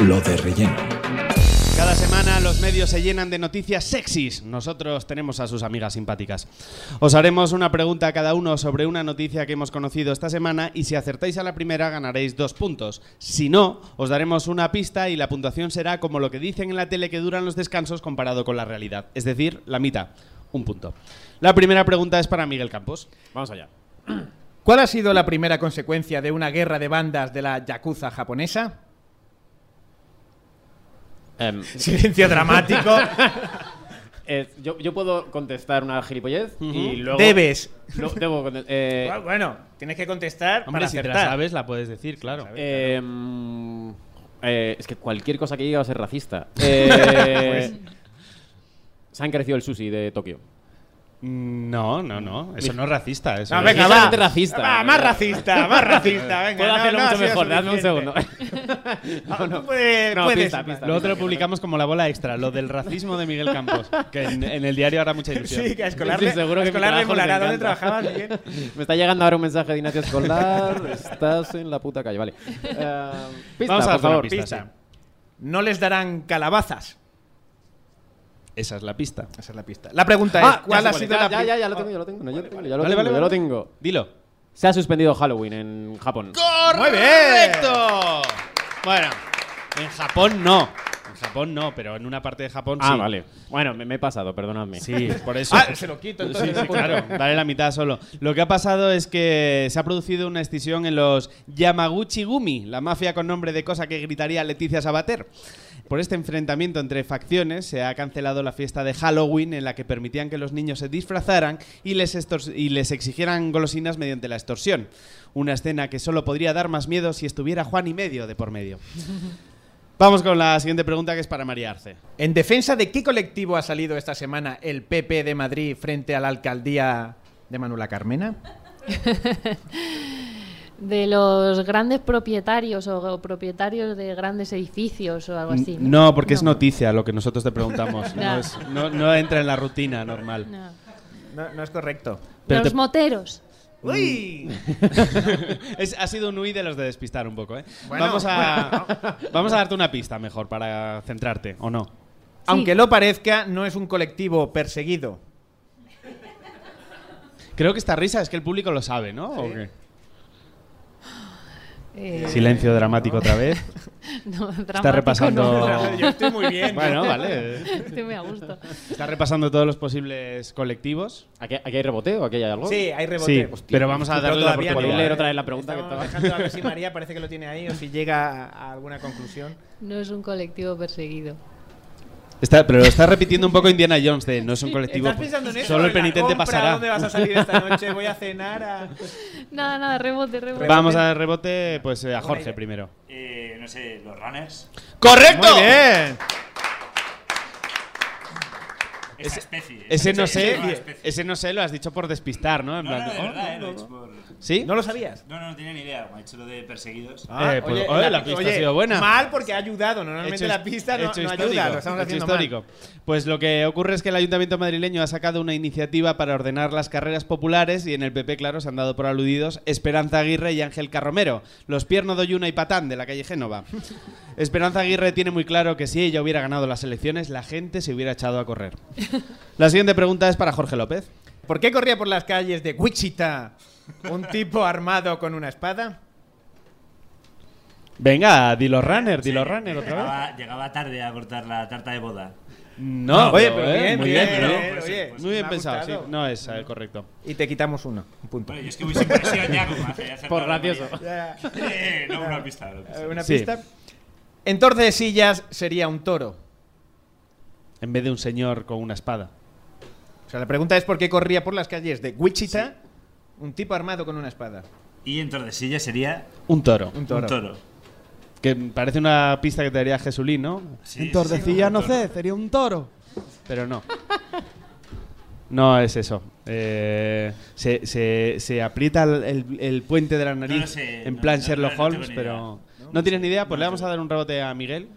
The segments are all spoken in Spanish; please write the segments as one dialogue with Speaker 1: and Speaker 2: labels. Speaker 1: Lo de relleno.
Speaker 2: Cada semana los medios se llenan de noticias sexys. Nosotros tenemos a sus amigas simpáticas. Os haremos una pregunta a cada uno sobre una noticia que hemos conocido esta semana y si acertáis a la primera ganaréis dos puntos. Si no, os daremos una pista y la puntuación será como lo que dicen en la tele que duran los descansos comparado con la realidad. Es decir, la mitad. Un punto. La primera pregunta es para Miguel Campos.
Speaker 3: Vamos allá.
Speaker 4: ¿Cuál ha sido la primera consecuencia de una guerra de bandas de la yakuza japonesa?
Speaker 3: Em,
Speaker 4: Silencio dramático.
Speaker 3: eh, yo, yo puedo contestar una gilipollez y luego.
Speaker 4: Debes.
Speaker 3: Lo- debo conte- eh,
Speaker 4: Bueno, Bueno, tienes que contestar
Speaker 2: Hombre,
Speaker 4: para
Speaker 2: si te la
Speaker 4: acertar.
Speaker 2: sabes, la puedes decir, claro.
Speaker 3: eh, mm, eh, es que cualquier cosa que diga va a ser racista. Eh,
Speaker 4: Pues
Speaker 3: Se han crecido el sushi de Tokio.
Speaker 2: Mm, No, no, no. Eso no es racista. Eso
Speaker 4: No,
Speaker 2: es-
Speaker 4: venga,
Speaker 3: eh, Es
Speaker 4: va.
Speaker 3: bastante racista.
Speaker 4: Va, más racista, más racista. Venga,
Speaker 3: Puedo
Speaker 4: no,
Speaker 3: hacerlo
Speaker 4: no, ha
Speaker 3: mucho
Speaker 4: sido
Speaker 3: mejor, dadme un segundo.
Speaker 4: suficiente.
Speaker 3: no, no.
Speaker 4: Tú puedes-
Speaker 3: No,
Speaker 4: puedes,
Speaker 3: pista,
Speaker 4: vale.
Speaker 3: pista,
Speaker 2: Lo
Speaker 3: pista.
Speaker 2: otro publicamos como la bola extra, lo del racismo de Miguel Campos, que en, en el diario hará mucha ilusión.
Speaker 4: Sí, que a escolarle,
Speaker 3: Sí, seguro
Speaker 4: a
Speaker 3: que mi
Speaker 4: escolarle
Speaker 3: trabajo les
Speaker 4: molará. ¿Dónde
Speaker 3: encanta.
Speaker 4: trabajabas, Miguel?
Speaker 3: Me está llegando ahora un mensaje de Ignacio Escolar. Estás en la puta calle, vale. Eh, pista,
Speaker 2: Vamos a
Speaker 3: por
Speaker 2: hacer una
Speaker 3: favor.
Speaker 2: pista,
Speaker 4: pista. No les darán calabazas.
Speaker 2: Esa es la pista.
Speaker 4: Esa es la pista. La pregunta es,
Speaker 3: Ah, ya
Speaker 4: ¿cuál
Speaker 3: sé
Speaker 4: ha
Speaker 3: cuál
Speaker 4: sido
Speaker 3: es.
Speaker 4: la
Speaker 3: ya,
Speaker 4: pri-
Speaker 3: ya, ya, ya lo tengo, ya lo tengo, no, yo lo tengo, ya lo
Speaker 2: Vale,
Speaker 3: tengo,
Speaker 2: vale,
Speaker 3: yo lo
Speaker 2: vale.
Speaker 3: tengo.
Speaker 2: Dilo.
Speaker 3: Se ha suspendido Halloween en Japón.
Speaker 4: Muy bien.
Speaker 2: ¡Correcto! Bueno, en Japón no. En Japón no, pero en una parte de Japón
Speaker 3: Ah,
Speaker 2: sí.
Speaker 3: vale. Bueno, me, me he pasado, perdonadme.
Speaker 2: Sí, por eso.
Speaker 4: Ah, se lo quito entonces.
Speaker 2: Sí, sí, claro, dale la mitad solo. Lo que ha pasado es que se ha producido una escisión en los Yamaguchi Gumi, la mafia con nombre de cosa que gritaría Leticia Sabater. Por este enfrentamiento entre facciones se ha cancelado la fiesta de Halloween en la que permitían que los niños se disfrazaran y les, extors- y les exigieran golosinas mediante la extorsión. Una escena que solo podría dar más miedo si estuviera Juan y medio de por medio. Vamos con la siguiente pregunta que es para María Arce.
Speaker 4: ¿En defensa de qué colectivo ha salido esta semana el PP de Madrid frente a la alcaldía de Manuela Carmena?
Speaker 5: De los grandes propietarios o propietarios de grandes edificios o algo así.
Speaker 2: No, porque es noticia lo que nosotros te preguntamos.
Speaker 5: Ya.
Speaker 2: no, es- no- no entra en la rutina normal.
Speaker 5: No.
Speaker 4: No, no es correcto.
Speaker 2: Pero
Speaker 5: los
Speaker 2: te-
Speaker 5: moteros.
Speaker 4: Mm. ¡Uy!
Speaker 2: Es- ha sido un UI de los de despistar un poco. ¿eh?
Speaker 4: Bueno,
Speaker 2: vamos, a, vamos a darte una pista mejor para centrarte, ¿o no?
Speaker 4: Aunque lo parezca, no es un colectivo perseguido.
Speaker 2: Creo que esta risa es que el público lo sabe, ¿no? ¿O qué?
Speaker 5: Eh,
Speaker 2: Silencio dramático otra vez.
Speaker 5: no,
Speaker 2: Está
Speaker 5: dramático,
Speaker 2: repasando.
Speaker 5: no.
Speaker 4: estoy muy bien.
Speaker 2: Bueno, vale.
Speaker 5: Estoy muy a gusto.
Speaker 2: Está repasando todos los posibles colectivos.
Speaker 3: ¿Aquí, aquí hay reboteo? ¿Aquí hay algo?
Speaker 4: Sí, hay rebote.
Speaker 2: Sí,
Speaker 4: Hostia,
Speaker 2: pero vamos a
Speaker 4: pero
Speaker 2: darle la
Speaker 4: todavía no.
Speaker 3: ¿Podéis
Speaker 2: oportunidad.
Speaker 3: leer
Speaker 2: ¿eh?
Speaker 3: otra vez la pregunta que
Speaker 4: Estamos
Speaker 3: estaba?
Speaker 4: dejando a ver si María parece que lo tiene ahí o si llega a alguna conclusión.
Speaker 5: No es un colectivo perseguido.
Speaker 2: Está- pero lo está repitiendo un poco Indiana Jones de no es un colectivo. pues,
Speaker 4: ¿Estás pensando en eso?
Speaker 2: Solo el
Speaker 4: ¿En la
Speaker 2: penitente
Speaker 4: compra?
Speaker 2: pasará.
Speaker 4: ¿Dónde vas a salir esta noche? Voy a cenar a...
Speaker 5: Nada, nada, rebote, rebote.
Speaker 2: Vamos a dar rebote pues eh, a Jorge
Speaker 4: idea.
Speaker 2: primero.
Speaker 6: Eh, no sé, los runners.
Speaker 2: ¡Correcto!
Speaker 4: Muy bien.
Speaker 6: Esa especie.
Speaker 2: Ese
Speaker 6: esa
Speaker 2: no
Speaker 6: especie,
Speaker 2: sé,
Speaker 6: nueva especie.
Speaker 2: ese no sé, lo has dicho por despistar, ¿no? En
Speaker 6: No,
Speaker 2: plan,
Speaker 6: no, de
Speaker 2: oh,
Speaker 6: verdad, eh,
Speaker 2: no,
Speaker 6: lo he
Speaker 2: no.
Speaker 6: hecho por-
Speaker 2: ¿Sí?
Speaker 4: ¿No lo sabías?
Speaker 6: No, no, no tenía ni idea. Como ha hecho lo de perseguidos.
Speaker 2: Ah, pues, oye, la pista ha sido buena.
Speaker 4: Mal porque ha ayudado.
Speaker 2: Hecho
Speaker 4: Normalmente
Speaker 2: his-
Speaker 4: la pista no,
Speaker 2: hecho
Speaker 4: no
Speaker 2: histórico,
Speaker 4: ayuda. Lo estamos
Speaker 2: hecho
Speaker 4: haciendo mal.
Speaker 2: histórico. Pues lo que ocurre es que el Ayuntamiento madrileño ha sacado una iniciativa para ordenar las carreras populares y en el PP, claro, se han dado por aludidos Esperanza Aguirre y Ángel Carromero, los Pierno Doyuna y Patán de la calle Génova. Esperanza Aguirre tiene muy claro que si ella hubiera ganado las elecciones, la gente se hubiera echado a correr. La siguiente pregunta es para Jorge López.
Speaker 4: ¿Por qué corría por las calles de Wichita un tipo armado con una espada?
Speaker 2: Venga, dilo runner, dilo
Speaker 6: Sí,
Speaker 2: runner otra vez.
Speaker 6: llegaba, llegaba tarde a cortar la tarta de boda.
Speaker 2: No,
Speaker 4: Oye, pero
Speaker 2: eh,
Speaker 4: bien,
Speaker 2: muy
Speaker 4: bien,
Speaker 2: ¿no?
Speaker 4: bien,
Speaker 6: Pues sí,
Speaker 4: oye,
Speaker 2: Muy
Speaker 4: me
Speaker 2: bien
Speaker 4: ha
Speaker 2: pensado, sí.
Speaker 4: gustado.
Speaker 2: No es eh, correcto.
Speaker 4: Y te quitamos uno, un punto.
Speaker 6: Bueno, yo es que voy sin presión ya, como hace- hace
Speaker 3: Por
Speaker 6: rato,
Speaker 3: gracioso.
Speaker 6: María.
Speaker 4: Ya,
Speaker 6: Eh, no, una pista. Una
Speaker 4: eh,
Speaker 6: pista.
Speaker 4: Una
Speaker 2: Sí.
Speaker 4: pista. Entonces de sillas sería un toro.
Speaker 2: En vez de un señor con una espada.
Speaker 4: O sea, la pregunta es por qué corría por las calles de Wichita un tipo armado con una espada.
Speaker 6: Y en Tordesillas sería
Speaker 2: Un toro.
Speaker 4: Un toro.
Speaker 6: un toro.
Speaker 2: Que parece una pista que te daría Jesulín, ¿no?
Speaker 6: Sí,
Speaker 7: en Tordesillas,
Speaker 6: sí,
Speaker 7: no
Speaker 6: sí,
Speaker 7: sé, sería un toro.
Speaker 2: Pero no. No es eso. Eh, se, se- se aprieta el, el- el puente de la nariz
Speaker 6: lo sé,
Speaker 2: en
Speaker 6: no,
Speaker 2: plan
Speaker 6: no,
Speaker 2: Sherlock
Speaker 6: no, no
Speaker 2: Holmes,
Speaker 6: tengo ni
Speaker 2: pero. ¿No tienes ni idea? Pues le vamos a dar un rebote a Miguel.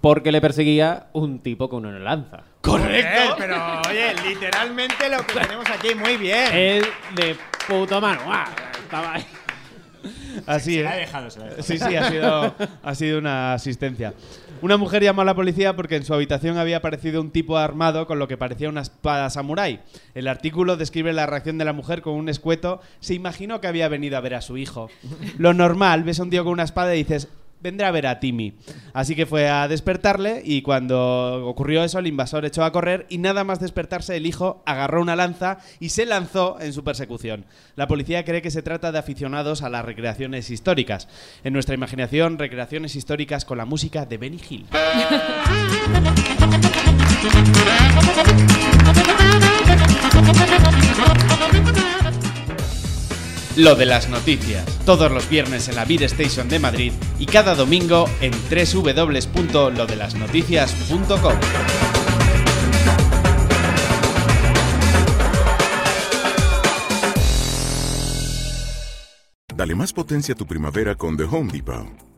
Speaker 3: Porque le perseguía un tipo con una lanza.
Speaker 4: Correcto. Pero oye, literalmente lo que tenemos aquí, muy bien.
Speaker 3: Él de puto mano. ¡guau! Estaba ahí.
Speaker 2: Ah, Así
Speaker 6: Se
Speaker 2: es.
Speaker 6: la ha dejado, se la ha dejado.
Speaker 2: Sí, sí, ha sido, ha sido una asistencia. Una mujer llamó a la policía porque en su habitación había aparecido un tipo armado con lo que parecía una espada samurái. El artículo describe la reacción de la mujer con un escueto. Se imaginó que había venido a ver a su hijo. Lo normal, ves a un tío con una espada y dices, vendrá a ver a Timmy. Así que fue a despertarle y cuando ocurrió eso el invasor echó a correr y nada más despertarse el hijo agarró una lanza y se lanzó en su persecución. La policía cree que se trata de aficionados a las recreaciones históricas. En nuestra imaginación, recreaciones históricas con la música de Benny Hill. Lo de las noticias, todos los viernes en la Beer Station de Madrid y cada domingo en www.lodelasnoticias.com.
Speaker 8: Dale más potencia a tu primavera con The Home Depot.